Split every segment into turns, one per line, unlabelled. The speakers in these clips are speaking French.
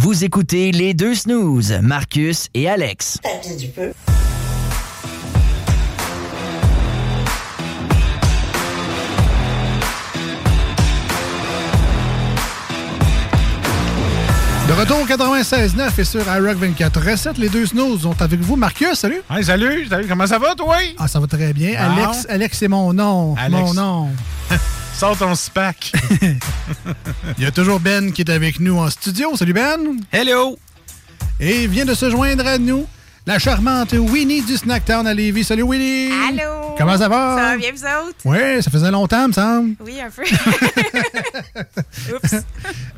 Vous écoutez les deux snooze, Marcus et Alex.
De retour au 96.9 et sur iRock 24 Recette, les deux snooze sont avec vous. Marcus, salut!
Hey, salut, salut, comment ça va, toi?
Ah, ça va très bien.
Bon.
Alex, Alex, c'est mon nom.
Alex.
Mon nom.
Sors ton spac.
Il y a toujours Ben qui est avec nous en studio. Salut Ben!
Hello!
Et vient de se joindre à nous la charmante Winnie du Snacktown à Lévis. Salut Winnie!
Allô?
Comment ça va?
Ça va bien, vous autres?
Oui, ça faisait longtemps, me semble.
Oui, un peu. Oups.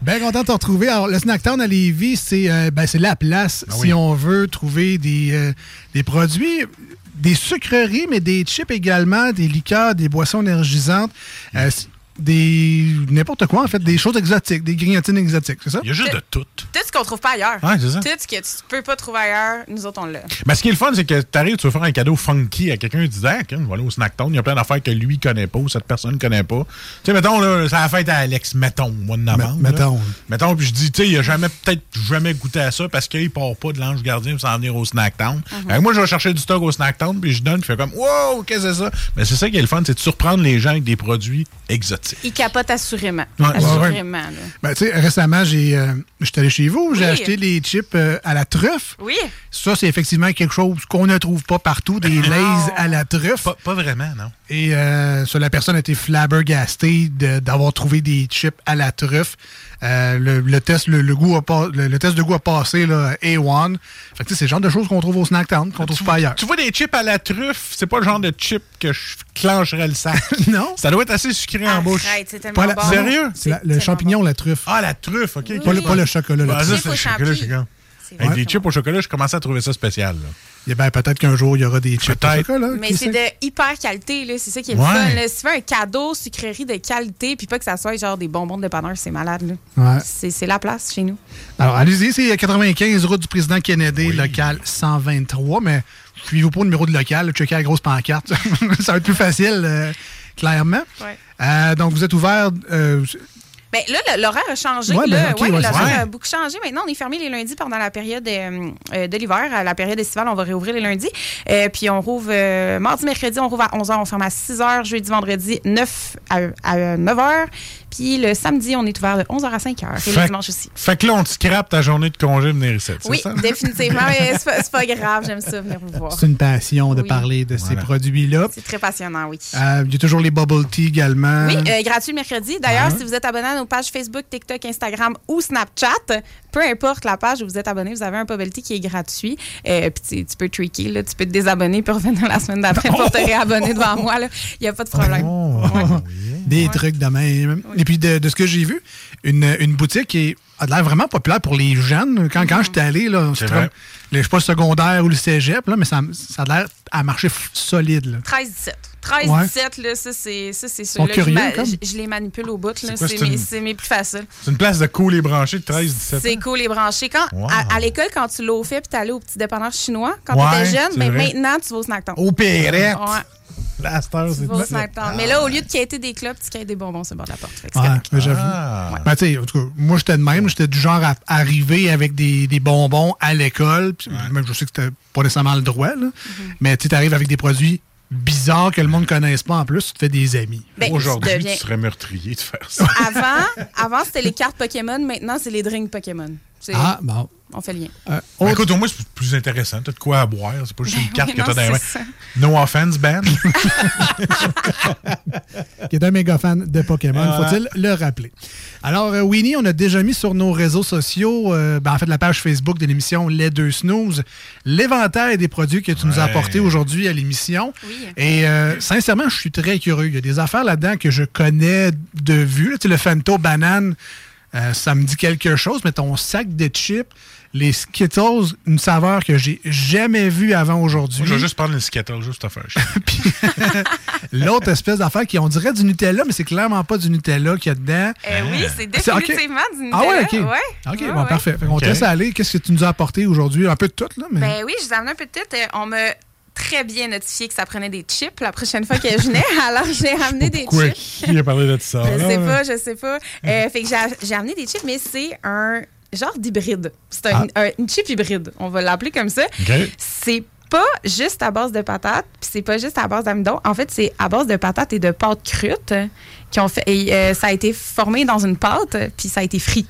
Bien content de te retrouver. Alors, le Snacktown à Lévis, c'est euh, ben, c'est la place
Ah oui.
si on veut trouver des, euh, des produits, des sucreries, mais des chips également, des liqueurs, des boissons énergisantes, euh, c- des n'importe quoi en fait, des choses exotiques, des grignotines exotiques, c'est ça?
Il y a juste de tout.
Tout ce qu'on trouve pas ailleurs.
Ouais, c'est ça.
Tout ce que tu peux pas trouver ailleurs, nous autres, on l'a.
Mais ce qui est le fun, c'est que t'arrives, tu veux faire un cadeau funky à quelqu'un, tu dis, ah, on va aller au Snacktown, il y a plein d'affaires que lui connaît pas ou cette personne connaît pas. Tu sais, mettons, là, c'est la fête à Alex, mettons, au mois de novembre.
Me-
là.
mettons.
Mettons, puis je dis, tu sais, il a jamais, peut-être jamais goûté à ça parce qu'il part pas de l'ange gardien pour s'en venir au Snacktown. Fait que Moi, je vais chercher du stock au Snacktown, puis je donne, puis il fait comme, wow, qu'est-ce que c'est ça? Mais c'est ça qui est le fun, c'est de surprendre les gens avec des produits exotiques.
Il capote assurément.
Ouais, ouais,
assurément, là.
Ben, tu sais, récemment, j'ai euh, j'étais allé chez vous, j'ai
Oui.
acheté des chips euh, à la truffe.
Oui.
Ça, c'est effectivement quelque chose qu'on ne trouve pas partout, des lays à la truffe.
Pas, pas vraiment, non?
Et euh, ça, la personne a été flabbergastée de- d'avoir trouvé des chips à la truffe. Euh, le, le test, le, le goût a pas- le, le test de goût a passé, là, A1. Fait que, tu sais, c'est le genre de choses qu'on trouve au Snack Town, qu'on trouve pas ailleurs.
Tu vois des chips à la truffe, c'est pas le genre de chip que je clencherais le sac.
Non.
Ça doit être assez sucré en bouche.
Arrête, c'est tellement
Pas la-
bon.
Sérieux?
C'est la- le
tellement
champignon,
bon.
la truffe.
Ah, la truffe, OK.
Pas, le, pas le chocolat, la
Ah, ça,
truffe.
Chips
c'est
au
le chocolat,
champi.
c'est quand-
C'est
Avec des
vraiment
chips au chocolat, je commençais à trouver ça spécial. là.
Eh ben, peut-être qu'un jour, il y aura des chips au
Peut-être.
chocolat.
Mais
qui
c'est
sait?
de hyper qualité, là. C'est ça qui est
Ouais.
le fun, là. Si tu veux un cadeau, sucrerie de qualité, puis pas que ça soit genre des bonbons de dépanneur, c'est malade, là.
Ouais.
C'est c'est la place chez nous.
Alors, allez-y, c'est 95, route du président Kennedy, local 123. Mais suivez-vous pas au numéro de local, checkez la grosse pancarte. ça va être plus facile, euh, clairement.
Ouais.
Euh, donc, vous êtes ouvert. euh,
Ben là, le- l'horaire a changé.
Ouais, ben,
là.
ok,
Ouais,
ouais,
l'horaire
c'est vrai.
a beaucoup changé. Maintenant, on est fermé les lundis pendant la période euh, euh, de l'hiver. À la période estivale, on va réouvrir les lundis. Euh, puis on rouvre euh, mardi, mercredi, on rouvre à 11h, on ferme à 6h. Jeudi, vendredi, 9 à, à 9h. Puis le samedi, on est ouvert de 11h à 5h. Et
Fait-
le dimanche aussi.
Fait que là, on te scrape ta journée de congé venir ici. Ben, c'est
Oui,
ça?
définitivement. Mais c'est pas, c'est pas grave, j'aime ça venir vous voir.
C'est une passion de
Oui.
parler de ces
Voilà.
produits-là.
C'est très passionnant, oui.
Euh, Il y a toujours les bubble tea également.
Hein?
Oui, euh, gratuit le mercredi. D'ailleurs, si vous êtes abonné à nos pages Facebook, TikTok, Instagram ou Snapchat, peu importe la page où vous êtes abonné, vous avez un Pobelty qui est gratuit. Euh, Puis tu- tu peux tricky, là, tu peux te désabonner puis revenir la semaine d'après pour
Oh!
te réabonner devant moi. là. Il n'y a pas de problème.
Oh. Des trucs de même. Et puis, de, de ce que j'ai vu, une, une boutique qui a de l'air vraiment populaire pour les jeunes. Quand,
Mhm.
quand j'étais allé, là,
C'est
je
vrai.
ne sais pas, le secondaire ou le cégep, là, mais ça, ça a l'air à marcher f- solide. là.
13-17.
Ouais.
13-17, là, ça, c'est ça, c'est sûr.
Sont
là, je
curieux,
ma-
comme.
je, je les manipule au bout. là.
quoi,
C'est
c'est
mes,
une-
c'est mes plus faciles.
C'est une place de cool et branchée de 13-17
C'est cool les branchés. Quand,
hein? Wow.
à, à l'école, quand tu l'as fait puis t'allais au petit dépanneur chinois, quand
Ouais,
t'étais jeune,
c'est
mais
vrai.
maintenant, tu vas au Snackton.
Au Pérette.
Ouais.
La star, c'est
Tu vas au snack bar. Mais là, au lieu de quitter des clubs, tu quittes des bonbons sur le bord de la porte. Fait que c'est
Ouais,
correct.
mais j'avoue.
Ah.
Ben, tu sais, en tout cas, moi, j'étais de même. J'étais du genre à arriver avec des, des bonbons à l'école. Puis Même, je sais que c'était pas nécessairement le droit, là. Mais tu sais, t'arrives avec des produits bizarre que le monde ne connaisse pas en plus, tu te fais des amis.
Ben, tu
Aujourd'hui,
deviens-
tu serais meurtrier de faire ça.
Avant, avant c'était les cartes Pokémon. Maintenant, c'est les drinks Pokémon. C'est-
Ah, bon.
On fait le lien.
Euh,
Ben,
autre-
écoute, au moins, c'est plus intéressant. T'as de quoi à boire. C'est pas juste une carte
Ben oui,
que
non,
t'as dans les mains.
c'est ça.
No offense, Ben.
qui est un méga fan de Pokémon, faut-il le rappeler. Alors, euh, Winnie, on a déjà mis sur nos réseaux sociaux, euh, ben, en fait, la page Facebook de l'émission Les Deux Snooze, l'éventail des produits que tu nous as
Ouais.
apportés aujourd'hui à l'émission.
Oui.
Et euh, sincèrement, je suis très curieux. Il y a des affaires là-dedans que je connais de vue. Tu sais, le Fanto Banane, euh, ça me dit quelque chose, mais ton sac de chips, les Skittles, une saveur que j'ai jamais vue avant aujourd'hui.
Moi, je vais juste prendre une Skittle, juste pour te faire chier.
Puis l'autre espèce d'affaire qui, on dirait du Nutella, mais c'est clairement pas du Nutella qu'il y a dedans.
Eh oui, c'est
ah. C'est- ok.
définitivement du
Ah ouais,
Nutella,
ok.
ouais.
Ok,
Ouais,
bon,
ouais.
parfait. On
Ok.
te laisse aller. Qu'est-ce que tu nous as apporté aujourd'hui? Un peu de tout, là, mais.
Ben oui, je vous amène un peu de tout. Euh, On m'a très bien notifié que ça prenait des chips la prochaine fois que je venais. Alors, j'ai ramené des
Quoi?
chips.
Qui a parlé de ça?
Je
là?
sais pas, je sais pas. Euh, fait que j'ai- j'ai amené des chips, mais c'est un genre d'hybride. C'est un- un- une chip hybride. On va l'appeler comme ça.
Ah. OK.
C'est pas juste à base de patates, puis c'est pas juste à base d'amidon. En fait, c'est à base de patates et de pâtes crutes euh, qui ont fait. Et, euh, ça a été formé dans une pâte, euh, puis ça a été frit.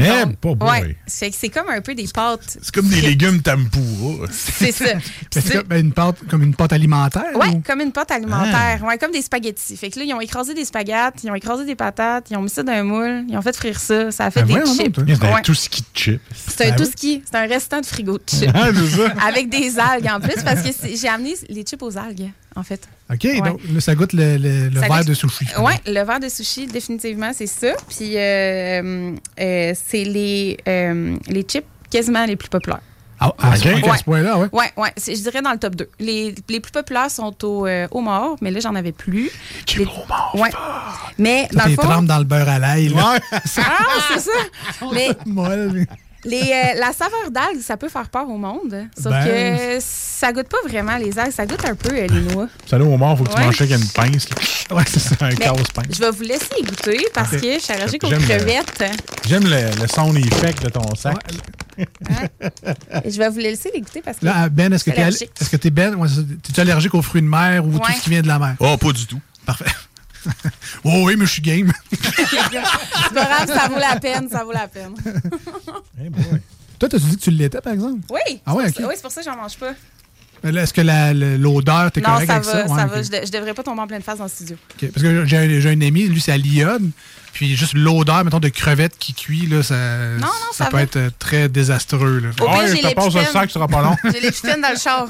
Eh,
Donc,
pas
ouais,
boy.
c'est c'est comme un peu des pâtes.
C'est comme des
frites.
légumes tampoura.
C'est ça. Puis
Ben, c'est
c'est-
comme, ben, une pâte, comme une pâte alimentaire?
Ouais,
ou-
comme une pâte alimentaire. Ouais, comme des spaghettis. Fait que là, ils ont écrasé des spaghettis, ils ont écrasé des patates, ils ont mis ça dans un moule, ils ont fait frire ça, ça a fait
Ben
des
voyons donc,
chips.
toi.
Il y a dans
Ouais.
tout ce qui chip.
C'est un tout ski, c'est un restant de frigo de chips.
Ah, c'est ça?
Avec des algues en plus, parce que c'est- j'ai amené les chips aux algues, en fait.
OK, donc là, ça goûte le, le- le
Ça
verre
goûte-
de sushi.
Oui, le verre de sushi, définitivement, c'est ça. Puis, euh, euh, c'est les, euh, les chips quasiment les plus populaires.
Ah, ah,
OK.
c'est vrai qu'à
Ouais.
ce point-là, ouais.
Oui, ouais, c'est- je dirais dans le top 2. Les, les plus populaires sont au euh, homard, mais là, j'en avais plus.
Chips
Les-
au homard,
Ouais. Mais dans
T'es
le fond.
trempes dans le beurre à l'ail, là.
Ah, c'est ça. Mais
Molle.
les, euh, la saveur d'algues, ça peut faire peur au monde. Sauf
Ben.
que ça goûte pas vraiment les algues, ça goûte un peu euh, les noix.
Salut au mort, faut que tu
Ouais.
manges ça avec une pince. là. Ouais, c'est ça, un
Mais
casse-pince.
je vais vous laisser y goûter parce
Ok.
que je suis allergique aux
J'aime, euh,
crevettes.
J'aime le, le sound effect de ton sac.
Et je vais vous laisser les goûter parce que.
Là, Ben, est-ce que
C'est
t'es
allergique.
est-ce que t'es ben, ouais, c'est- t'es-tu allergique aux fruits de mer ou tout
Ouais.
ce qui vient de la mer?
Oh, pas du tout.
Parfait. oh oui, mais je suis game.
C'est pas grave, ça vaut la peine, ça vaut la peine.
Eh boy.
Toi, t'as-tu dit que tu l'étais, par exemple?
Oui,
Ah ouais,
c'est pour
ok.
ça- oui, c'est pour ça que j'en mange pas.
Mais là, Est-ce que la- le- l'odeur, t'es
Non,
correct
ça va,
avec
ça,
ça? Ouais,
va.
ok.
Je, de- je devrais pas tomber en pleine face dans le studio.
Ok, Parce que j'ai un, j'ai un ami, lui, c'est à Lyon. Puis juste l'odeur, mettons, de crevettes qui cuit, là, ça,
non, ça
peut
va. Oh.
être euh, très désastreux. Là.
Au pire,
Ouais,
j'ai
je te
les
passe un
pipines.
sac, ce sera pas long.
J'ai les pipines dans le char.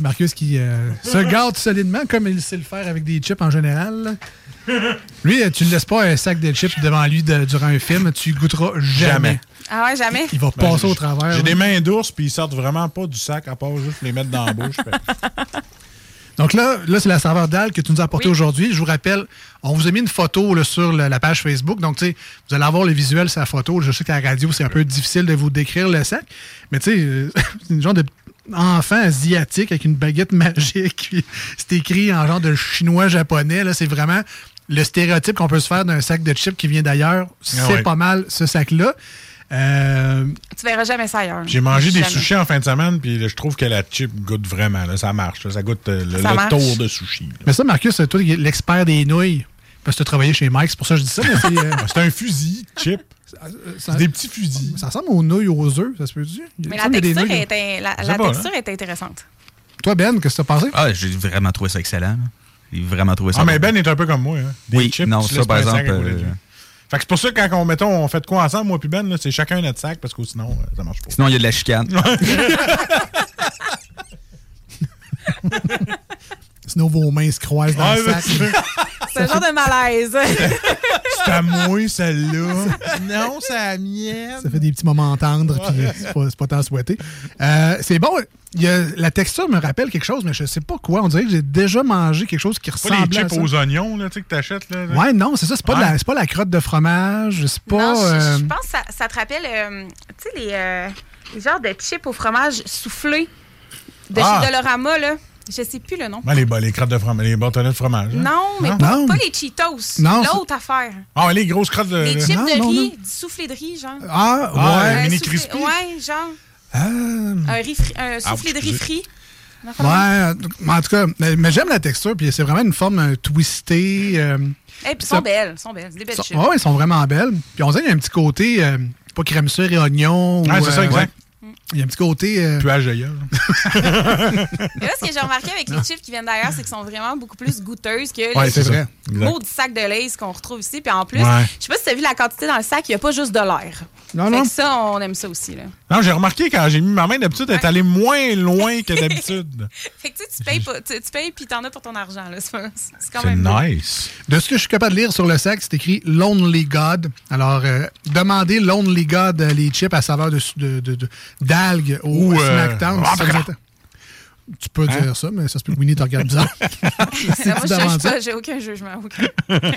Marcus qui euh, se garde solidement, comme il sait le faire avec des chips en général. là. Lui, euh, tu ne laisses pas un sac de chips devant lui de- durant un film, tu y goûteras jamais.
Jamais.
Ah ouais, jamais.
Il va
Ben,
passer
j'ai-
au travers.
J'ai
là.
des mains d'ours, puis ils sortent vraiment pas du sac, à part juste les mettre dans la bouche. Fait-
Donc là, là c'est la saveur d'algue que tu nous as apportée aujourd'hui. Je vous rappelle, on vous a mis une photo là, sur la, la page Facebook. Donc, tu sais, vous allez avoir le visuel sur la photo. Je sais qu'à la radio, c'est un peu difficile de vous décrire le sac. Mais tu sais, euh, c'est une genre de enfant asiatique avec une baguette magique. Puis C'est écrit en genre de chinois-japonais. Là, c'est vraiment le stéréotype qu'on peut se faire d'un sac de chips qui vient d'ailleurs. C'est
ouais.
pas mal ce sac-là. Euh,
Tu verras jamais ça ailleurs.
J'ai mangé des
Jamais.
sushis en fin de semaine, puis là, je trouve que la chip goûte vraiment. là, ça marche. là, ça goûte euh, le,
Ça
le
marche.
tour de sushi. là.
mais ça, Marcus, toi, l'expert des nouilles. Parce que tu as travaillé chez Mike, c'est pour ça que je dis ça. Mais c'est, euh,
Ah, C'est un fusil chip.
ça-
C'est des petits fusils.
Ça ressemble aux nouilles aux œufs, ça se peut-tu? Il
Mais
me
la
semble qu'il y a des
texture,
nouilles,
est, in- la,
sais
la
pas, hein.
texture est intéressante.
là. Toi, Ben, qu'est-ce que t'as pensé?
Ah, j'ai vraiment trouvé ça excellent. là. J'ai vraiment trouvé ça.
Ah, mais
bon.
Ben est un peu comme moi. Hein. Des
Oui,
chips,
non,
tu
ça,
laisses
par
un sac à
exemple,
côté de
euh,
lui. Fait que c'est pour ça que quand on, mettons, on fait de quoi ensemble, moi puis Ben, là, c'est chacun notre sac, parce que sinon, euh, ça marche pas.
Sinon, ben, il y a de la chicane.
Sinon, vos mains se croisent dans
Ah,
le
ben,
sac.
C'est un genre de malaise.
c'est à moi, celle-là. non, c'est à la mienne.
Ça fait des petits moments tendres, puis c'est pas, c'est pas tant souhaité. Euh, c'est bon. il y a- la texture me rappelle quelque chose, mais je sais pas quoi. On dirait que j'ai déjà mangé quelque chose qui
Pas
ressemble
les
à
chips
ça.
aux oignons là, tu sais, que t'achètes. Là,
Ouais, non, c'est ça. C'est pas, de
Ouais.
la- c'est pas la crotte de fromage. C'est pas.
non, je, je
euh,
pense que ça, ça te rappelle, euh, tu sais, les, euh, les genres de chips au fromage soufflé de
Ah.
chez Dolorama, là. Je sais plus le nom.
Ouais, les, bo- les crottes de fromage, les bâtonnets de fromage. hein.
Non, mais
Non.
Pas,
Non.
pas les Cheetos.
Non, Euh,
L'autre affaire.
Ah, ouais, les grosses crottes de.
Les
de-
chips
non,
de
non,
riz, du soufflé de riz, genre. Euh,
Ah,
Ah,
ouais.
mini
soufflé-
crispy.
Ah,
Ouais, genre. Un, riz fri- un soufflé de riz
excusez.
frit. une affaire de
Ouais, mais en tout cas, mais, mais j'aime la texture, puis c'est vraiment une forme euh, twistée. euh,
même. Et Eh, puis,
puis
elles sont
ça-
belles, elles sont belles. C'est des belles
sont-
chips.
ouais, ils sont vraiment belles. Puis on dirait qu'il y a un petit côté, euh, pas crème sure et oignon.
Ouais,
ou,
c'est ça,
euh,
exact.
ouais. Il y a un petit côté. euh,
Puage de gueule.
Mais là, ce que j'ai remarqué avec les chips qui viennent d'ailleurs, c'est qu'elles sont vraiment beaucoup plus goûteuses que
ouais,
les
c'est vrai.
Exact.
mot du sac de lace qu'on retrouve ici. Puis en plus,
Ouais.
je sais pas si tu as vu la quantité dans le sac, il n'y a pas juste de l'air.
Non,
Fait
non.
que ça, on aime ça aussi. Là.
Non, j'ai remarqué quand j'ai mis ma main, d'habitude, elle est allée moins loin que d'habitude.
Fait que tu, sais, tu payes, pas- tu, tu payes puis t'en as pour ton argent. là. C'est pas- c'est quand
C'est
même. beau.
nice.
De ce que je suis capable de lire sur le sac, c'est écrit Lonely God. Alors, euh, demandez Lonely God euh, les chips à saveur de de- de- de- d'algues au
Ou,
Ou,
euh, Hein?
SmackDown. si ça vous
Rambra.
intéresse. tu peux dire ça, mais ça se peut que Winnie te regarde bizarre.
Moi, je
d'avant
juge
ça.
pas, j'ai aucun jugement. Aucun.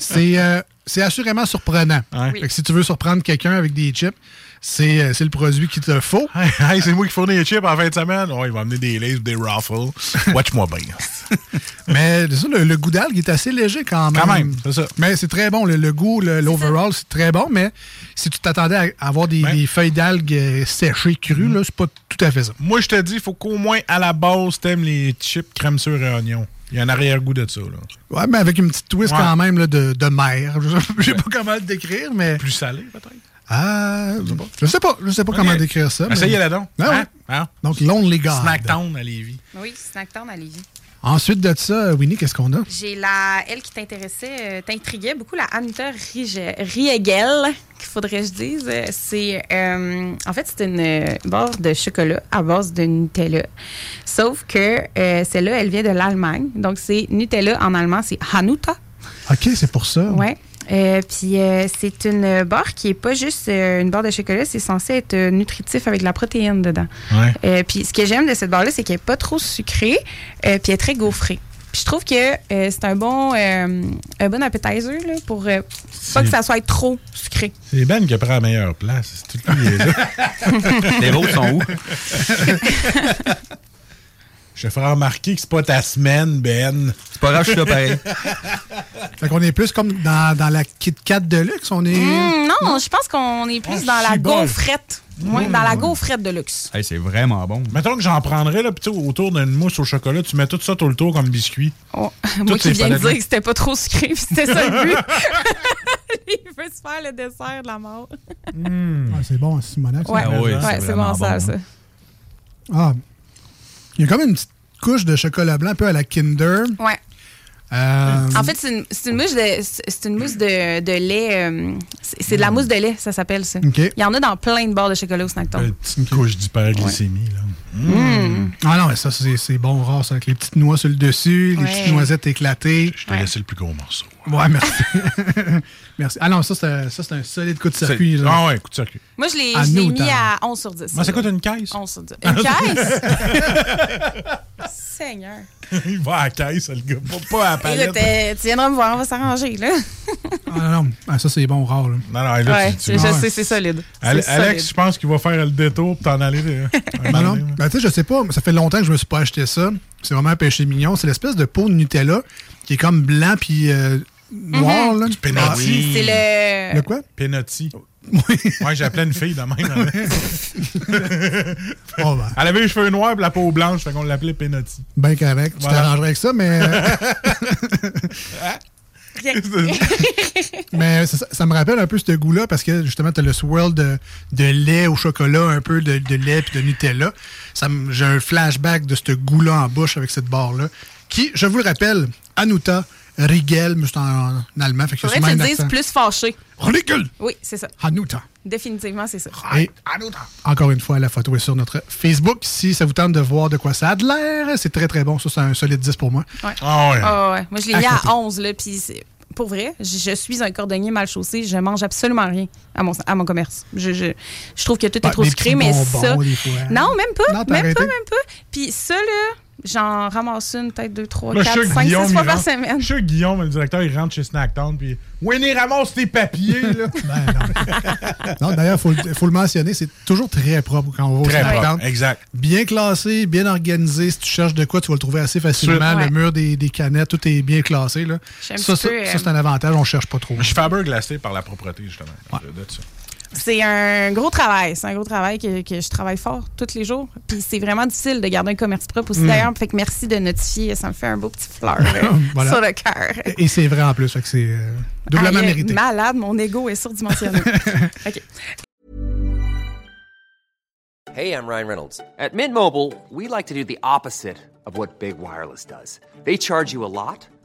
c'est euh, c'est assurément surprenant.
Ah.
Fait que si tu veux surprendre quelqu'un avec des chips, c'est euh, c'est le produit qu'il te faut.
Hey, hey, c'est moi qui fournis les chips en fin de semaine. Ouais, il va amener des lays ou des raffles. Watch-moi bien.
Mais c'est ça, le, le goût d'algue est assez léger quand même.
Quand même, c'est ça.
Mais c'est très bon. Le, le goût, le- l'overall, c'est très bon. Mais si tu t'attendais à avoir des,
Ouais.
des feuilles d'algues euh, séchées, crues, là, c'est pas tout à fait ça.
Moi, je te dis, faut qu'au moins à la base, t'aimes les chips crème sur et oignon. Il y a un arrière-goût de ça, là.
Ouais, mais avec une petite twist
Ouais.
quand même là, de, de mer. Je sais pas comment le décrire, mais.
Plus salé, peut-être.
Ah, je sais pas. Je sais pas, je sais pas comment décrire ça. mais-
Essayez-la donc.
Ah ouais.
Hein? Hein?
Donc, Lonely God.
Snacktown à Lévis.
Oui, snack town à Lévis.
Ensuite de ça, euh, Winnie, qu'est-ce qu'on a?
J'ai la, elle qui t'intéressait, euh, t'intriguait beaucoup, la Anita Riege- Riegel, qu'il faudrait que je dise. Euh, C'est, euh, en fait, c'est une euh, barre de chocolat à base de Nutella. Sauf que euh, celle-là, elle vient de l'Allemagne. Donc, c'est Nutella en allemand, c'est Hanuta.
OK, c'est pour ça.
Ouais. Euh, puis euh, c'est une barre qui est pas juste euh, une barre de chocolat, c'est censé être euh, nutritif avec de la protéine dedans.
Ouais.
Euh, puis ce que j'aime de cette barre-là, c'est qu'elle est pas trop sucrée, euh, puis elle est très gaufrée. Puis je trouve que euh, c'est un bon euh, un bon appetizer là, pour euh, pas que ça soit trop sucré.
C'est Ben qui prend la meilleure place. C'est tout le temps, il est là.
Les vôtres sont où?
Je te ferai remarquer que c'est pas ta semaine, Ben.
C'est pas grave, je suis là pareil.
Fait qu'on est plus comme dans, dans la Kit Kat de luxe. On est.
Hum, non, je pense qu'on est plus
On
dans la
chibole.
gaufrette, Ouais, dans la gaufrette de luxe.
Hey, c'est vraiment bon.
Mettons que j'en prendrais, là, pis tu sais, autour d'une mousse au chocolat, tu mets tout ça tout le tour comme biscuit.
Oh, moi qui
ces
viens de
palettes-là.
dire que c'était pas trop sucré, puis c'était ça le but. Il veut se faire le dessert de la mort.
Ah, c'est bon, Simonac. ça.
Ouais,
Ah oui,
ouais,
c'est
c'est
vraiment
bon ça,
bon. hein.
ça.
Ah. Il y a comme une petite couche de chocolat blanc, un peu à la Kinder.
Ouais.
Euh,
En fait, c'est une, c'est une mousse de, c'est c'est une mousse de, de lait. euh, c'est c'est de
Hmm.
la mousse de lait, ça s'appelle ça.
OK.
Il y en a dans plein de barres de chocolat au snack
Une
town.
Euh, petite couche d'hyperglycémie, là.
Ah non, mais ça, c'est c'est bon, rare, ça, avec les petites noix sur le dessus, les
Ouais.
petites noisettes éclatées.
Je t'ai laissé le plus gros morceau.
Ouais, merci. merci. Ah non, ça, c'est un- ça, c'est un solide coup de circuit.
C'est-
là.
Ah ouais, écoute ça.
Moi, je l'ai
À
je l'ai
nous,
mis
t'as-
à 11 sur 10.
Moi, ça
là.
coûte une caisse.
11 sur 10. Une caisse? Seigneur.
Il va à la caisse, le gars. Pas, pas à la
Écoute,
palette.
euh, tu viendras me voir, on va s'arranger, là.
Ah non, non. Ah, ça, c'est bon, rare. là.
Non, non, là, tu-
Ouais,
tu
je, je
vas-
sais, c'est solide.
Ale-
C'est
Alex, je
solide.
pense qu'il va faire le détour pour t'en aller. euh, un
Ben
moment
non.
donné, là.
Ben, tu sais, je sais pas, mais ça fait longtemps que je me suis pas acheté ça. C'est vraiment un péché mignon. C'est l'espèce de peau de Nutella qui est comme blanc puis euh, noir. là.
Pinotti.
C'est le.
Le quoi?
Pinotti.
Oui.
Ouais, j'appelais une fille de même. Elle,
Oh, ben,
Elle avait les cheveux noirs et la peau blanche, fait qu'on l'appelait Pinotti.
ben correct. Tu
Voilà.
t'arrangerais avec ça, mais, euh, mais ça, ça me rappelle un peu ce goût-là parce que justement, tu as le swirl de, de lait au chocolat, un peu de, de lait puis de Nutella. Ça me- J'ai un flashback de ce goût-là en bouche avec cette barre-là qui, je vous le rappelle, Anuta Riegel, mais c'est en, en allemand. Fait que
Faudrait que tu le dises plus fâché.
Riegel!
Oui, c'est ça.
Anuta.
Définitivement, c'est ça.
Et encore une fois, la photo est sur notre Facebook. Si ça vous tente de voir de quoi ça a de l'air, c'est très très bon. Ça, c'est un solide 10 pour moi.
Ah ouais.
Ah ouais. Moi, je l'ai mis
côté.
à 11, là, puis c'est- Pour vrai, je, je suis un cordonnier mal chaussé. Je mange absolument rien à mon, à mon commerce. Je, je, je trouve que tout
Ouais,
est trop
des
sucré,
petits
mais
bonbons,
ça...
des fois. hein.
Non, même pas.
Non, t'as
même
arrêté.
pas, même pas. Puis ça, là, j'en ramasse une, peut-être deux, trois,
Là, je suis
quatre,
sûr que
cinq,
Guillaume,
six fois
il
par
rentre-
semaine.
Je suis sûr que Guillaume, le directeur, il rentre chez Snacktown puis Winnie, ramasse tes papiers, là.
Ben, non. Non, d'ailleurs, il faut, le- faut le mentionner, c'est toujours très propre quand on va au
Très
Snack
propre,
Town.
exact.
Bien classé, bien organisé. Si tu cherches de quoi, tu vas le trouver assez facilement.
Ouais.
Le mur des, des canettes, tout est bien classé. Là.
Je suis un
Ça,
petit
ça,
peu, euh,
ça, c'est un avantage, on cherche pas trop.
Je suis faber glacé par la propreté, justement. De- de ça.
C'est un gros travail. C'est un gros travail que, que je travaille fort tous les jours. Puis c'est vraiment difficile de garder un commerce propre
Mm.
aussi d'ailleurs. Fait que merci de notifier. Ça me fait un beau petit fleur euh,
Voilà.
sur le cœur.
Et c'est vrai en plus, fait que c'est euh, doublement
Aïe,
mérité.
Malade, mon ego est surdimensionné. OK.
Hey, I'm Ryan Reynolds. At Mint Mobile, we like to do the opposite of what Big Wireless does. They charge you a lot,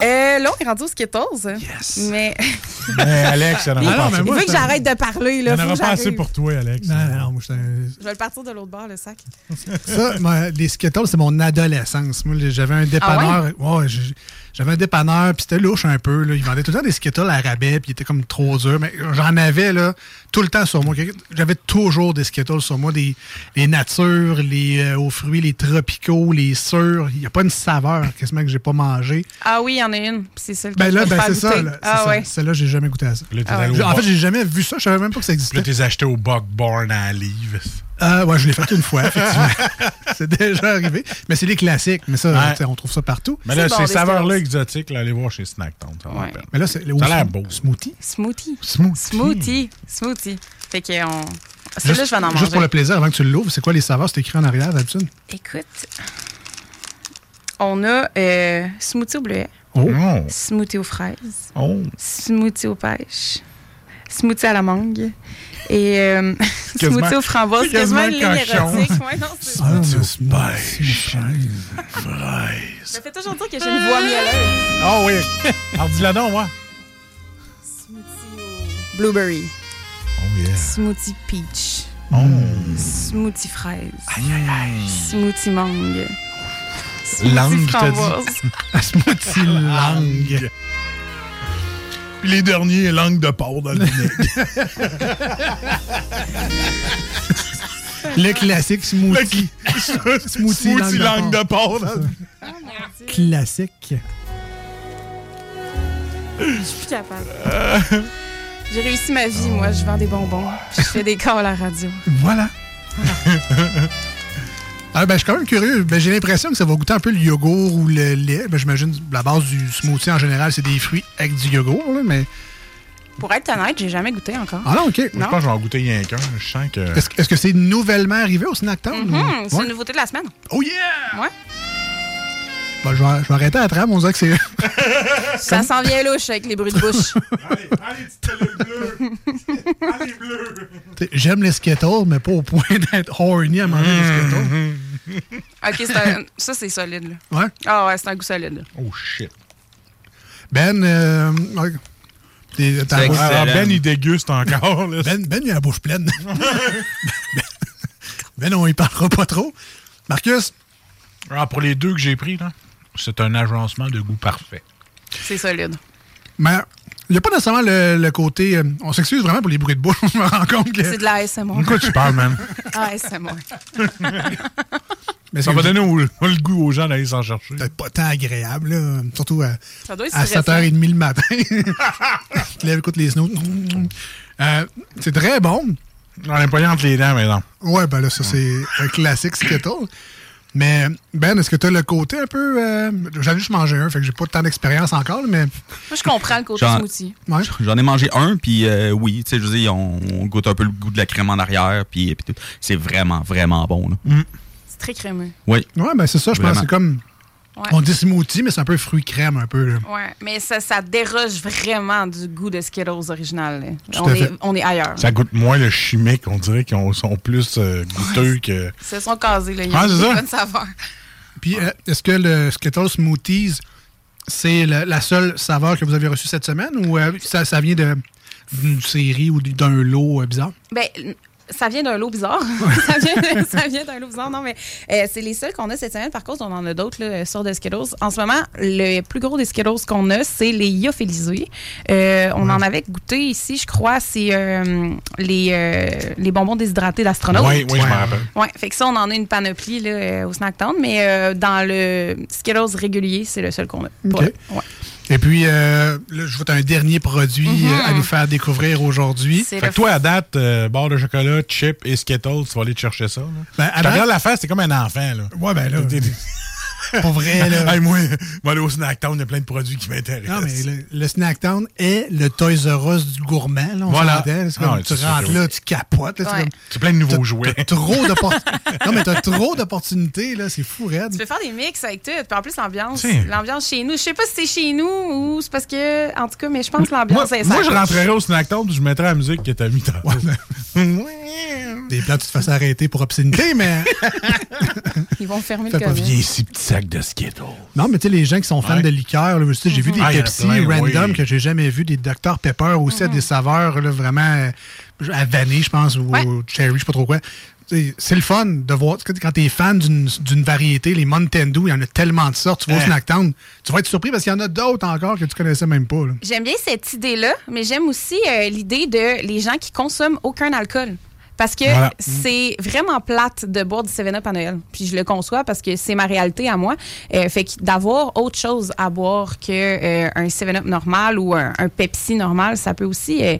Euh, là, on est rendu au Skittles.
Yes.
Mais
Mais Alex, ça n'en
Ah non, mais
il
moi,
veut que
ça-
j'arrête de parler.
Il
Là,
n'y en
Faut
aura
que
pas assez
j'arrive.
pour toi, Alex.
Non, non, moi, j'étais un-
Je vais le partir de l'autre bord, le sac.
Ça, moi, les Skittles, c'est mon adolescence. Moi, j'avais
Ah
un dépanneur. ouais, j'ai- j'avais un dépanneur, puis c'était louche un peu. Là. Ils vendaient tout le temps des Skittles à rabais, puis ils étaient comme trop durs. Mais j'en avais là, tout le temps sur moi. J'avais toujours des Skittles sur moi, des, les natures, les euh, aux fruits, les tropicaux, les sûrs. Il n'y a pas une saveur quasiment que j'ai pas mangé.
Ah oui, il y en a une. puis C'est celle que
Ben
je
là,
vais
ben,
te faire
c'est ça.
goûter.
là. C'est
Ah
ça.
ouais. Ah
Celle-là, j'ai jamais goûté à ça.
Là, t'es allé au
En
bar-
fait, j'ai jamais vu ça. Je savais même pas que ça existait.
Là, t'es acheté au Buck Barn à Livre.
Euh, ouais, je l'ai fait une fois, effectivement. c'est déjà arrivé. Mais c'est les classiques. Mais ça,
Ouais.
tu sais, on trouve ça partout.
Mais là,
bon,
ces
des
saveurs-là
Skittles.
exotiques, là, allez voir chez Snacktown. Ça vaut la
Ouais.
peine.
Mais là, c'est
Ça a l'air beau.
Smoothie.
Smoothie.
ben, Smoothie.
Smoothie. Smoothie. Fait que on...
Juste,
Celui-là, je vais en manger.
juste pour le plaisir, avant que tu l'ouvres, c'est quoi les saveurs? C'est écrit en arrière, d'habitude?
Écoute, on a euh, smoothie au bleuet,
Oh!
smoothie aux fraises,
Oh!
smoothie aux pêches, smoothie à la mangue et euh,
quasiment-
smoothie aux framboises.
c'est quasiment
une ligne
un cochon.
érotique. Ouais, non, c'est-
Smoothie aux pêches. Fraises.
Ça fait toujours dire que j'ai une voix mielleuse.
Ah oui! Alors, dis-le donc, moi.
Blueberry,
Oh, yeah. Oh.
smoothie peach, smoothie fraise,
Aïe, aïe, aïe.
smoothie mangue,
Langue,
smoothie
t'as dit.
framboise.
Smoothie langue.
Puis les derniers, langue de porc dans le nez.
Le classique smoothie.
Smoothie, langue de porc. dans le nez.
Classique.
Je suis capable. J'ai réussi ma vie, moi. Je vends des bonbons. puis Je fais des calls à la radio.
Voilà. Ah, ben, je suis quand même curieux. Ben, j'ai l'impression que ça va goûter un peu le yogourt ou le lait. Ben, J'imagine la base du smoothie en général, c'est des fruits avec du yogourt. là, mais...
Pour être honnête, j'ai jamais goûté encore.
Ah non, OK.
Je pense que je vais en goûter rien qu'un. Je sens que.
Est-ce est-ce que c'est nouvellement arrivé au Snack Town? ou-
Hum, c'est
Ouais.
une nouveauté de la semaine.
Oh yeah!
Ouais.
Ben, je, vais, je vais arrêter à la trame, on dirait que c'est.
Ça s'en vient louche avec les bruits de bouche.
Allez, allez, petites bleues. Allez, bleues.
T'sais, J'aime les Skittles, mais pas au point d'être horny à manger
Mm-hmm.
les Skittles.
OK, c'est un- ça, c'est solide. là.
Ouais.
Ah ouais, c'est un goût solide.
Oh, shit.
Ben, euh, ouais. T'es- t'as-
C'est
Ah,
Excellent.
ben, il déguste encore. Là.
ben, ben, il a la bouche pleine. ben, on y parlera pas trop. Marcus,
Ah, pour les deux que j'ai pris, là, c'est un agencement de goût parfait.
C'est solide.
mais ben, il n'y a pas nécessairement le, le côté. euh, on s'excuse vraiment pour les bruits de bouche, on me rend compte que.
C'est de la ASMR.
De quoi tu parles, man?
ASMR.
Mais
Ça
ben, c'est-
va donner au- le goût aux gens d'aller s'en chercher.
peut-être pas tant agréable, là. surtout à,
Ça doit être
à
stressant.
7h30 le matin. tu te lèves, écoute les snows. Euh, c'est très bon.
On est pas entre les dents, mais non.
Ouais, ben là, ça,
Mm.
c'est un classique Skittles. Mais, Ben, est-ce que tu as le côté un peu. euh, J'en ai juste mangé un, fait que j'ai pas tant d'expérience encore, mais.
Moi, je comprends le côté
Genre-
smoothie.
Ouais.
J'en ai mangé un, puis euh, oui, tu sais, je veux dire, on, on goûte un peu le goût de la crème en arrière, puis puis tout. c'est vraiment, vraiment bon. là.
C'est très crémeux.
Oui.
Ouais, ben c'est ça, je pense.
Vraiment.
C'est comme.
Ouais.
On dit smoothie, mais c'est un peu fruit crème, un peu. là.
Ouais, mais ça, ça déroge vraiment du goût de Skittles original. là.
Tout
On
à
est,
fait.
on est ailleurs.
Ça goûte moins le chimique. On dirait qu'ils ont- sont plus euh, goûteux que.
Ils se sont casés, là. Il y
Ah,
a
c'est
une
ça.
bonne saveur.
Puis, euh, est-ce que le Skittles Smoothies, c'est la, la seule saveur que vous avez reçue cette semaine ou euh, ça, ça vient de- d'une série ou d'un lot euh, bizarre?
Ben, ça vient d'un lot bizarre. ça vient, ça vient d'un lot bizarre. Non, mais euh, c'est les seuls qu'on a cette semaine. Par contre, on en a d'autres là, sur des Skittles. En ce moment, le plus gros des Skittles qu'on a, c'est les Yophilisés. Euh, on en avait goûté ici, je crois. C'est euh, les, euh, les bonbons déshydratés d'astronautes.
Oui, oui, je m'en rappelle.
Ouais, fait que ça, on en a une panoplie là, euh, au Snack Town, mais euh, dans le Skittles régulier, c'est le seul qu'on a.
OK. Et puis, euh, là, je vois t'as un dernier produit
Mm-hmm.
euh, à nous faire découvrir aujourd'hui.
Fait que toi, à date, euh, barre de chocolat, chip et Skittles, tu vas aller te chercher ça. Là.
Ben, à
Je te
date-
regarde la face, c'est comme un enfant. Là.
Ouais, ben là. Pour vrai, là.
Hey, moi, moi, aller au Snack Town, il y a plein de produits qui m'intéressent.
Non, mais le, le Snack Town est le Toys R Us du gourmand. Là, on
Voilà.
s'entend. C'est comme,
Ah, ouais,
tu
c'est
rentres
sûr que
là,
oui.
tu capotes. là,
Ouais.
C'est plein de nouveaux
t'as-
jouets.
t'as trop d'oppor- non, mais t'as trop d'opportunités. là, C'est fou, raide.
Tu peux faire des mix avec tout. Puis en plus, l'ambiance,
Tiens.
l'ambiance chez nous. Je sais pas si c'est chez nous ou c'est parce que, en tout cas, mais je pense que
Moi,
l'ambiance est
moi, je rentrerais au Snack Town puis je mettrais la musique que t'as mis dans.
Des plans, tu te fasses arrêter pour obscénité, mais.
Ils vont fermer
Fais
le
pas
commerce.
vieux.
Viens ici, petit sac de Skittles.
Non, mais tu sais, les gens qui sont fans
Ouais.
de liqueur, là, tu sais, j'ai vu des
Ah, il y en a
Pepsi
plein,
random
oui.
que j'ai jamais vu, des Dr Pepper aussi, à des saveurs là, vraiment euh, à vanille, je pense, ou au cherry, je sais pas trop quoi. Tu sais, C'est le fun de voir, tu sais, quand t'es fan d'une d'une variété, les Mountain Dew, il y en a tellement de sortes, tu vas au
Hein.
Snack Town, tu vas être surpris parce qu'il y en a d'autres encore que tu connaissais même pas. là.
J'aime bien cette idée-là, mais j'aime aussi euh, l'idée de les gens qui consomment aucun alcool. Parce que
Voilà.
c'est vraiment plate de boire du 7-Up à Noël. Puis je le conçois parce que c'est ma réalité à moi. Euh, fait que d'avoir autre chose à boire que euh, un 7-Up normal ou un, un Pepsi normal, ça peut aussi euh,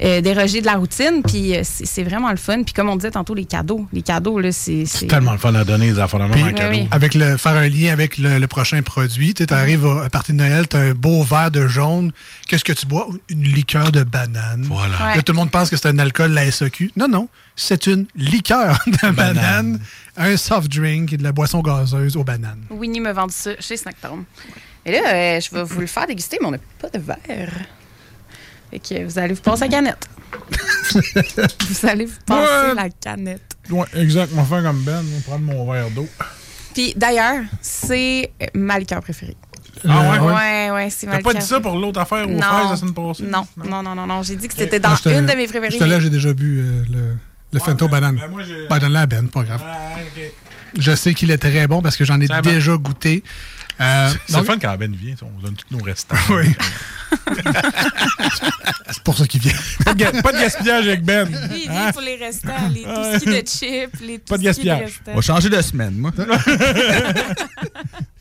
euh, déroger de la routine. Puis euh, c'est c'est vraiment le fun. Puis comme on disait tantôt, les cadeaux. Les cadeaux, là, c'est...
C'est tellement le fun à donner, les enfants de
Puis,
même en cadeau.
avec le, faire un lien avec le, le prochain produit, tu arrives à, à partir de Noël, tu as un beau verre de jaune. Qu'est-ce que tu bois? Une liqueur de banane.
Voilà.
Là,
Ouais.
tout le monde pense que c'est un alcool, la SAQ. Non, non. C'est une liqueur de banane, un soft drink et de la boisson gazeuse aux bananes.
Winnie me vend ça chez Snacktown. Et là, euh, je vais vous le faire déguster, mais on n'a pas de verre. Fait que vous allez vous passer la canette. vous allez vous passer
Ouais.
la canette.
Ouais, exact. On va faire comme Ben. On va prendre mon verre d'eau.
Puis d'ailleurs, c'est ma liqueur préférée.
Ah ouais?
Ouais, ouais, c'est ma
T'as pas
liqueur
dit ça pour l'autre affaire aux
Non.
fraises la semaine passée?
Non, non, non, non, non. J'ai dit que
Ok. Ah,
c'était dans
Moi, je te-
une de mes préférées.
Je te l'ai,
mais-
j'ai déjà bu euh, le, le Fento banane.
ben, moi, j'ai-
Ben, donne-la à Ben, pas grave.
Ah,
Je sais qu'il est très bon parce que j'en ai
Ça va.
déjà goûté. Euh,
C'est
donc-
le fun quand Ben vient. On donne tous nos restants.
Oui. c'est pour ça qu'il vient.
Pas de, ga- pas de gaspillage avec Ben.
Lui, il
Hein?
vient pour les restants, les tout ce qui est de chips, les tout
Ah Pas
ce
de
qui est
gaspillage.
restants.
On va changer de semaine, moi.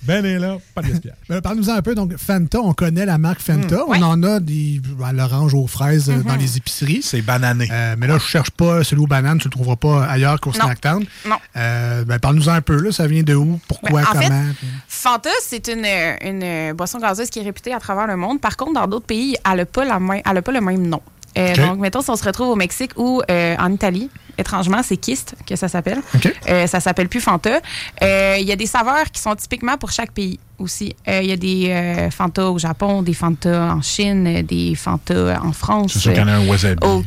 ben est là, pas de gaspillage.
Ben, Parle-nous un peu. Donc, Fanta, on connaît la marque Fanta.
Hmm.
On en a des, à l'orange aux fraises euh,
Mhm.
dans les épiceries.
C'est banané.
Euh,
Euh, mais là, je cherche pas celui aux bananes. Tu le trouveras pas ailleurs qu'au
Non.
Snacktown.
Non.
Euh, ben, Parle-nous un peu. Là, ça vient de où? Pourquoi?
Ben, en fait,
comment?
Fanta, c'est une, euh, une euh, boisson gazeuse qui est réputée à travers le monde. Par contre, dans d'autres pays, elle n'a pas, la main- elle a pas le même nom. Euh,
OK.
Donc, mettons, si on se retrouve au Mexique ou euh, en Italie, étrangement, c'est Kist que ça s'appelle. Euh, ça s'appelle plus Fanta. Euh, Il y a des saveurs qui sont typiquement pour chaque pays aussi. Euh, Il y a des euh, Fanta au Japon, des Fanta en Chine, euh, des Fanta en France.
C'est sûr qu'il y en a un wasabi.
au-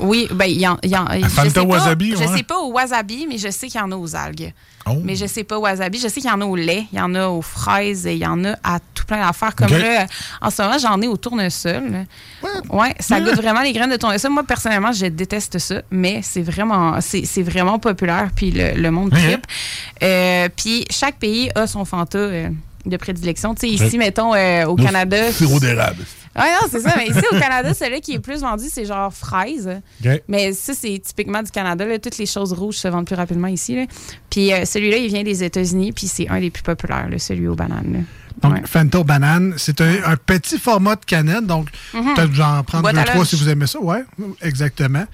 oui, ben, il y en, il y en- je
Fanta
sais pas-
wasabi,
Je
ouais.
sais pas au wasabi, mais je sais qu'il y en a aux algues.
Oh.
Mais je sais pas au wasabi. Je sais qu'il y en a au lait, il y en a aux fraises, il y en a à tout plein d'affaires. Comme
Ok.
là, en ce moment, j'en ai au tournesol. Ouais, ça goûte vraiment les graines de tournesol. Moi, personnellement, je déteste ça, mais c'est vraiment, c'est c'est vraiment populaire, puis le, le monde
Mhm.
tripe. Euh, puis chaque pays a son fanta euh, de prédilection. Tu sais, ici,
Ok.
mettons, euh, au
Nos
Canada...
Sirop d'érable.
Ouais, Ah non, c'est ça. Mais ici, au Canada, celui qui est plus vendu, c'est genre fraise.
OK.
Mais ça, c'est typiquement du Canada. là. Toutes les choses rouges se vendent plus rapidement ici. là. Puis euh, celui-là, il vient des États-Unis, puis c'est un des plus populaires, là, celui aux bananes. là.
Donc, Fanta Banane, c'est un, un petit format de canette. Donc,
Mhm.
peut-être vous en prendre
Boîte
deux,
à
trois
lunch.
si vous aimez ça. Ouais, exactement.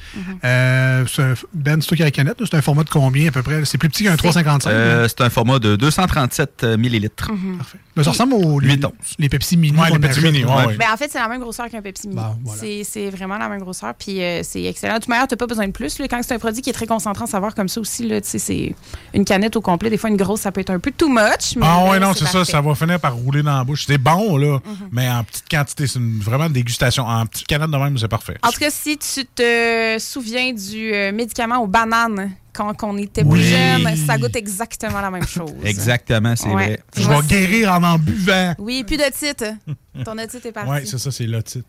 Euh, c'est un- ben, c'est toi qui as la canette. là. C'est un format de combien à peu près? C'est plus petit qu'un hein? 3,55.
Euh, c'est un format de 237 euh, millilitres.
mais Ben, ça ressemble aux les, les Pepsi Mini.
Ouais, les
qu'on
Pepsi
achète.
Mini, ouais, ouais.
Ben, en fait, c'est la même grosseur qu'un Pepsi Mini.
Bon,
C'est- C'est vraiment la même grosseur, puis euh, c'est excellent. De toute manière, tu n'as pas besoin de plus. là. quand c'est un produit qui est très concentré en saveur comme ça aussi, là, tu sais, c'est une canette au complet. Des fois, une grosse, ça peut être un peu too much. mais
Ah
là,
ouais, non, c'est ça,
parfait.
ça va finir par rouler dans la bouche. C'est bon, là, mais en petite quantité, c'est une- vraiment une dégustation. En petite canette de même, c'est parfait.
En tout cas, si tu te souviens du euh, médicament aux bananes quand on était
Oui.
plus jeune, ça goûte exactement la même chose.
Exactement, c'est
Ouais.
vrai.
Je vais
guérir en en buvant.
Oui, plus de titre. Ton otite est parti.
Ouais,
c'est ça, c'est le titre.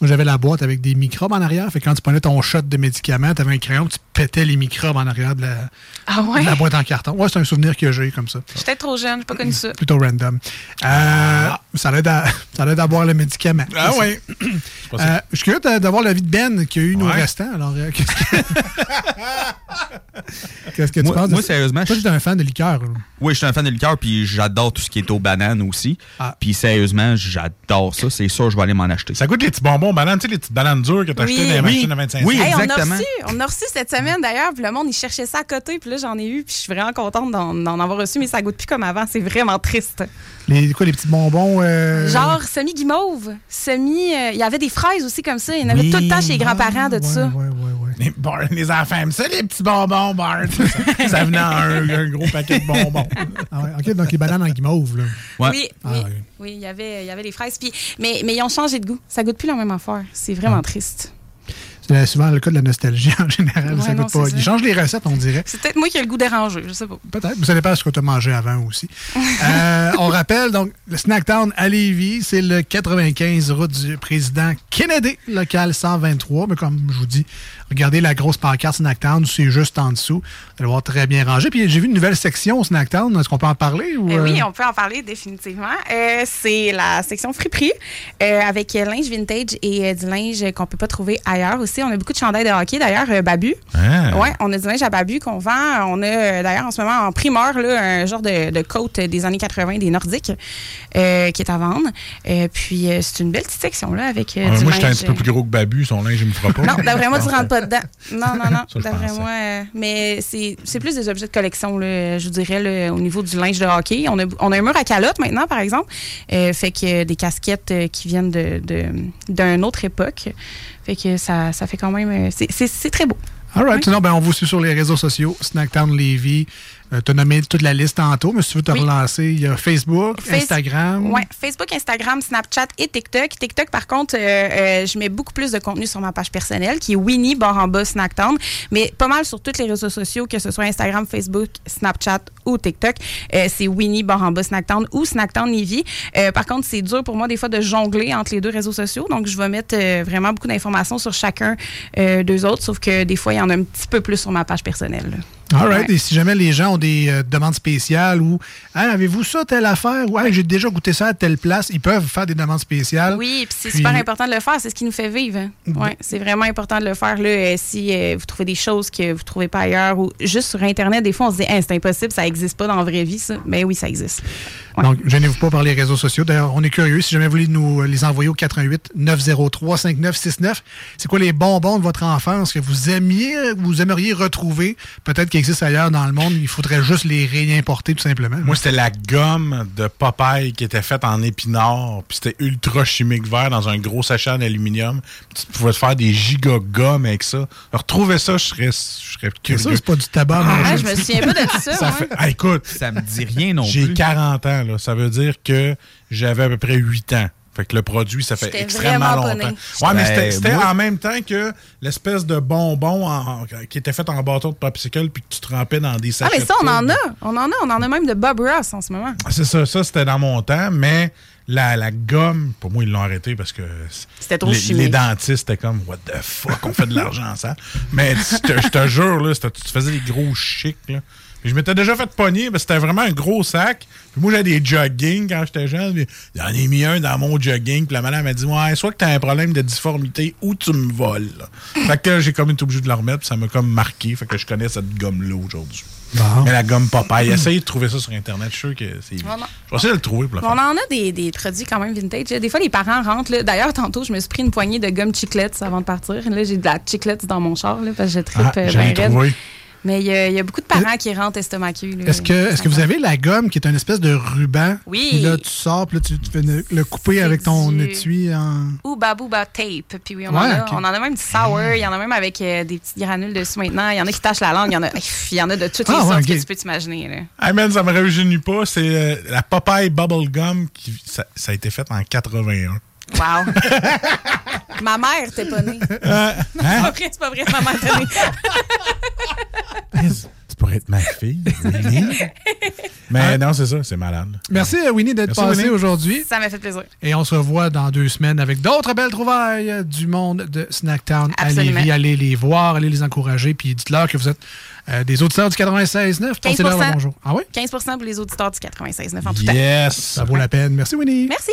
Moi, j'avais la boîte avec des microbes en arrière. Fait que quand tu prenais ton shot de médicaments, t'avais un crayon, tu pétais les microbes en arrière de la,
Ah ouais?
de la boîte en carton. Ouais, c'est un souvenir que j'ai comme ça.
J'étais trop jeune, j'ai pas connu ça.
Plutôt random. Euh,
Ah.
Ça l'aide à, ça l'aide à boire le médicament.
Ah
oui.
ouais.
Euh, je suis curieux de- d'avoir l'avis de Ben qui a eu nos
Ouais.
restants. Alors, euh, qu'est-ce que, qu'est-ce que tu
Moi-
penses? de
moi,
ça?
sérieusement,
Toi,
je-
j'étais un fan de liqueur. là.
Oui, je suis un fan de liqueur, puis j'adore tout ce qui est aux bananes aussi. Puis sérieusement, j'adore ça. C'est sûr, je vais aller m'en acheter.
Ah. Ça goûte les petits bonbons bananes, tu sais, les petites bananes dures que tu achetais dans les
Oui.
machines à 25
Oui,
cents.
Hey, On a, reçu, on a reçu cette semaine d'ailleurs, puis le monde, il cherchait ça à côté, puis là, j'en ai eu, puis je suis vraiment contente d'en, d'en avoir reçu, mais ça goûte plus comme avant, c'est vraiment triste.
Les, quoi, les petits bonbons? euh,
Genre semi-guimauve, semi. euh, Il y avait des fraises aussi comme ça, il y en avait
Oui.
tout le temps chez les grands-parents de ça.
Les, bon- les enfants aiment ça, les petits bonbons, Bart. Ça, ça venait en un, un gros paquet de bonbons.
Ah ouais, OK, donc les bananes en guimauve. Là.
Oui,
Ah
oui,
ouais.
oui, il y avait, il y avait les fraises, puis, mais, mais ils ont changé de goût, ça goûte plus la même affaire, c'est vraiment triste.
C'est souvent le cas de la nostalgie en général.
Ouais,
ça
non,
goûte pas.
c'est ça.
Ils changent les recettes, on dirait.
C'est peut-être moi qui ai le goût dérangé, je sais pas.
Peut-être, mais ça dépend de ce que tu as mangé avant aussi. Euh, on rappelle, donc, le Snacktown à Lévis, c'est le 95 route du président Kennedy, local 123. Mais comme je vous dis, regardez la grosse pancarte Snacktown, c'est juste en dessous. Vous allez voir très bien rangé. Puis j'ai vu une nouvelle section au Snacktown. Est-ce qu'on peut en parler? Ou,
Eh oui,
euh,
on peut en parler définitivement. Euh, c'est la section friperie euh, avec euh, linge vintage et euh, du linge euh, qu'on peut pas trouver ailleurs aussi. On a beaucoup de chandails de hockey d'ailleurs, euh, Babu.
Ah.
Ouais, on a du linge à Babu qu'on vend. On a euh, d'ailleurs en ce moment en primeur là, un genre de, de coat euh, des années 80 des Nordiques euh, qui est à vendre. Euh, puis euh, c'est une belle petite section là avec euh,
Ah,
du
moi,
linge.
j'étais un petit peu plus gros que Babu, son linge, il me fera pas.
Non, d'après moi, tu rentres pas dedans. Non, non, non.
Ça, je
D'après
pensais.
moi. euh, Mais c'est c'est plus des objets de collection, là, je vous dirais, là, au niveau du linge de hockey. On a, on a un mur à calotte maintenant, par exemple. Euh, fait que euh, des casquettes euh, qui viennent de- de- d'une autre époque. Fait que ça, ça fait quand même. euh, c'est- C'est c'est très beau.
All right. Sinon, ben, on vous suit sur les réseaux sociaux, Snacktown Lévis. Euh, tu as nommé toute la liste tantôt, mais si tu veux te relancer, il y a Facebook,
Face-
Instagram.
Ouais, Facebook, Instagram, Snapchat et TikTok. TikTok, par contre, euh, euh, je mets beaucoup plus de contenu sur ma page personnelle qui est Winnie, barre en bas, Snacktown, mais pas mal sur tous les réseaux sociaux, que ce soit Instagram, Facebook, Snapchat ou TikTok. Euh, c'est Winnie, barre en bas, Snacktown ou Snacktown Nivy. Euh, par contre, c'est dur pour moi des fois de jongler entre les deux réseaux sociaux, donc je vais mettre euh, vraiment beaucoup d'informations sur chacun euh, d'eux autres, sauf que des fois, il y en a un petit peu plus sur ma page personnelle. là.
All right.
Ouais.
Et si jamais les gens ont des euh, demandes spéciales ou Hey, avez-vous ça, telle affaire ou Hey, j'ai déjà goûté ça à telle place, ils peuvent faire des demandes spéciales.
Oui, puis c'est
Hein? Puis- Mmh.
super important de le faire. C'est ce qui nous fait vivre. hein. Ouais, c'est vraiment important de le faire. Là, Euh, si euh, vous trouvez des choses que vous trouvez pas ailleurs ou juste sur Internet, des fois, on se dit Hey, c'est impossible, ça n'existe pas dans la vraie vie. Ça. Mais oui, ça existe.
Donc, gênez-vous pas par les réseaux sociaux. D'ailleurs, on est curieux. Si jamais vous voulez nous euh, les envoyer au 88 903 5969, c'est quoi les bonbons de votre enfance que vous aimiez, euh, vous aimeriez retrouver, peut-être qu'ils existent ailleurs dans le monde. Il faudrait juste les réimporter tout simplement.
Moi, c'était la gomme de Popeye qui était faite en épinard, puis c'était ultra chimique vert dans un gros sachet en aluminium. Puis tu pouvais te faire des giga gommes avec ça. Retrouver ça, je serais, je serais
Que
curieux.
ça, c'est pas du tabac.
Ah,
manger.
je me souviens pas de ça. hein? moi.
fait- Ah, écoute, ça me dit rien non J'ai 40 ans, là. Ça veut dire que j'avais à peu près 8 ans. Fait que le produit, ça fait
J'étais
extrêmement
vraiment pas
longtemps.
née.
Ouais, mais
Ben,
c'était- c'était
moi-
en même temps que l'espèce de bonbon en- qui était fait en bâton de popsicle puis que tu trempais dans des
Ah,
sachets.
mais ça,
de
on en
poudre.
a. On en a. On en a même de Bob Ross en ce moment.
C'est ça, ça c'était dans mon temps, mais la, la gomme, pour moi, ils l'ont arrêté parce que. c-
C'était trop
les,
chimique.
Les dentistes étaient comme, what the fuck, on fait de l'argent en ça. Mais je te- je te jure, là, c'était- tu te faisais des gros chics, là. Puis je m'étais déjà fait pogner, parce que c'était vraiment un gros sac. Puis moi, j'avais des jogging quand j'étais jeune. puis J'en ai mis un dans mon jogging. Puis la madame m'a dit Ouais, soit que t'as un problème de difformité ou tu me voles. fait que j'ai comme été obligé de la remettre, puis ça m'a comme marqué. Fait que je connais cette gomme-là aujourd'hui. Mais la gomme Popeye, essayez de trouver ça sur Internet. Je suis sûr que c'est. Je
Vraiment.
vais essayer de le trouver pour la
On en a des, des produits quand même vintage. Des fois, les parents rentrent. là. D'ailleurs, tantôt, je me suis pris une poignée de gomme chiclets avant de partir. Là, j'ai de la chiclets dans mon char là, parce que je tripe
Ah,
euh,
j'en ai
ben raide.
trouvé.
Mais il y, a- il y a beaucoup de parents qui rentrent estomacus. là.
Est-ce que, est que vous avez la gomme qui est une espèce de ruban?
Oui.
Puis là, tu sors, puis là, tu, tu fais le- le couper avec ton
du-
étui en.
Ouba Booba Tape. Puis oui, on, en
Ouais,
a,
ok.
on en a même du sour. Il y en a même avec euh, des petites granules dessus maintenant. Il y en a qui tâchent la langue. Il y en a, il y en a de toutes les
Ah, ouais,
sortes
ok.
que tu peux t'imaginer. là.
Hey man, ça me réjouit pas. C'est euh, la Popeye Bubblegum qui ça, ça a été faite en 81.
Wow. Ma mère t'es pas née.
Euh,
Non, c'est pas vrai, c'est pas vrai, ma mère t'es née.
Tu pourrais être ma fille, Winnie. Mais non, c'est ça, c'est malade.
Merci, euh, Winnie, d'être
Merci,
passé
Winnie.
aujourd'hui.
Ça m'a fait plaisir.
Et on se revoit dans deux semaines avec d'autres belles trouvailles du monde de Snacktown.
Absolument.
Allez-y, allez les voir, allez les encourager, puis dites-leur que vous êtes euh, des auditeurs du 96.9. Pensez-leur le
15%.
bonjour. Ah oui?
15 pour les auditeurs du 96.9 en tout temps.
Yes! Ça
vaut la peine. Merci, Winnie.
Merci!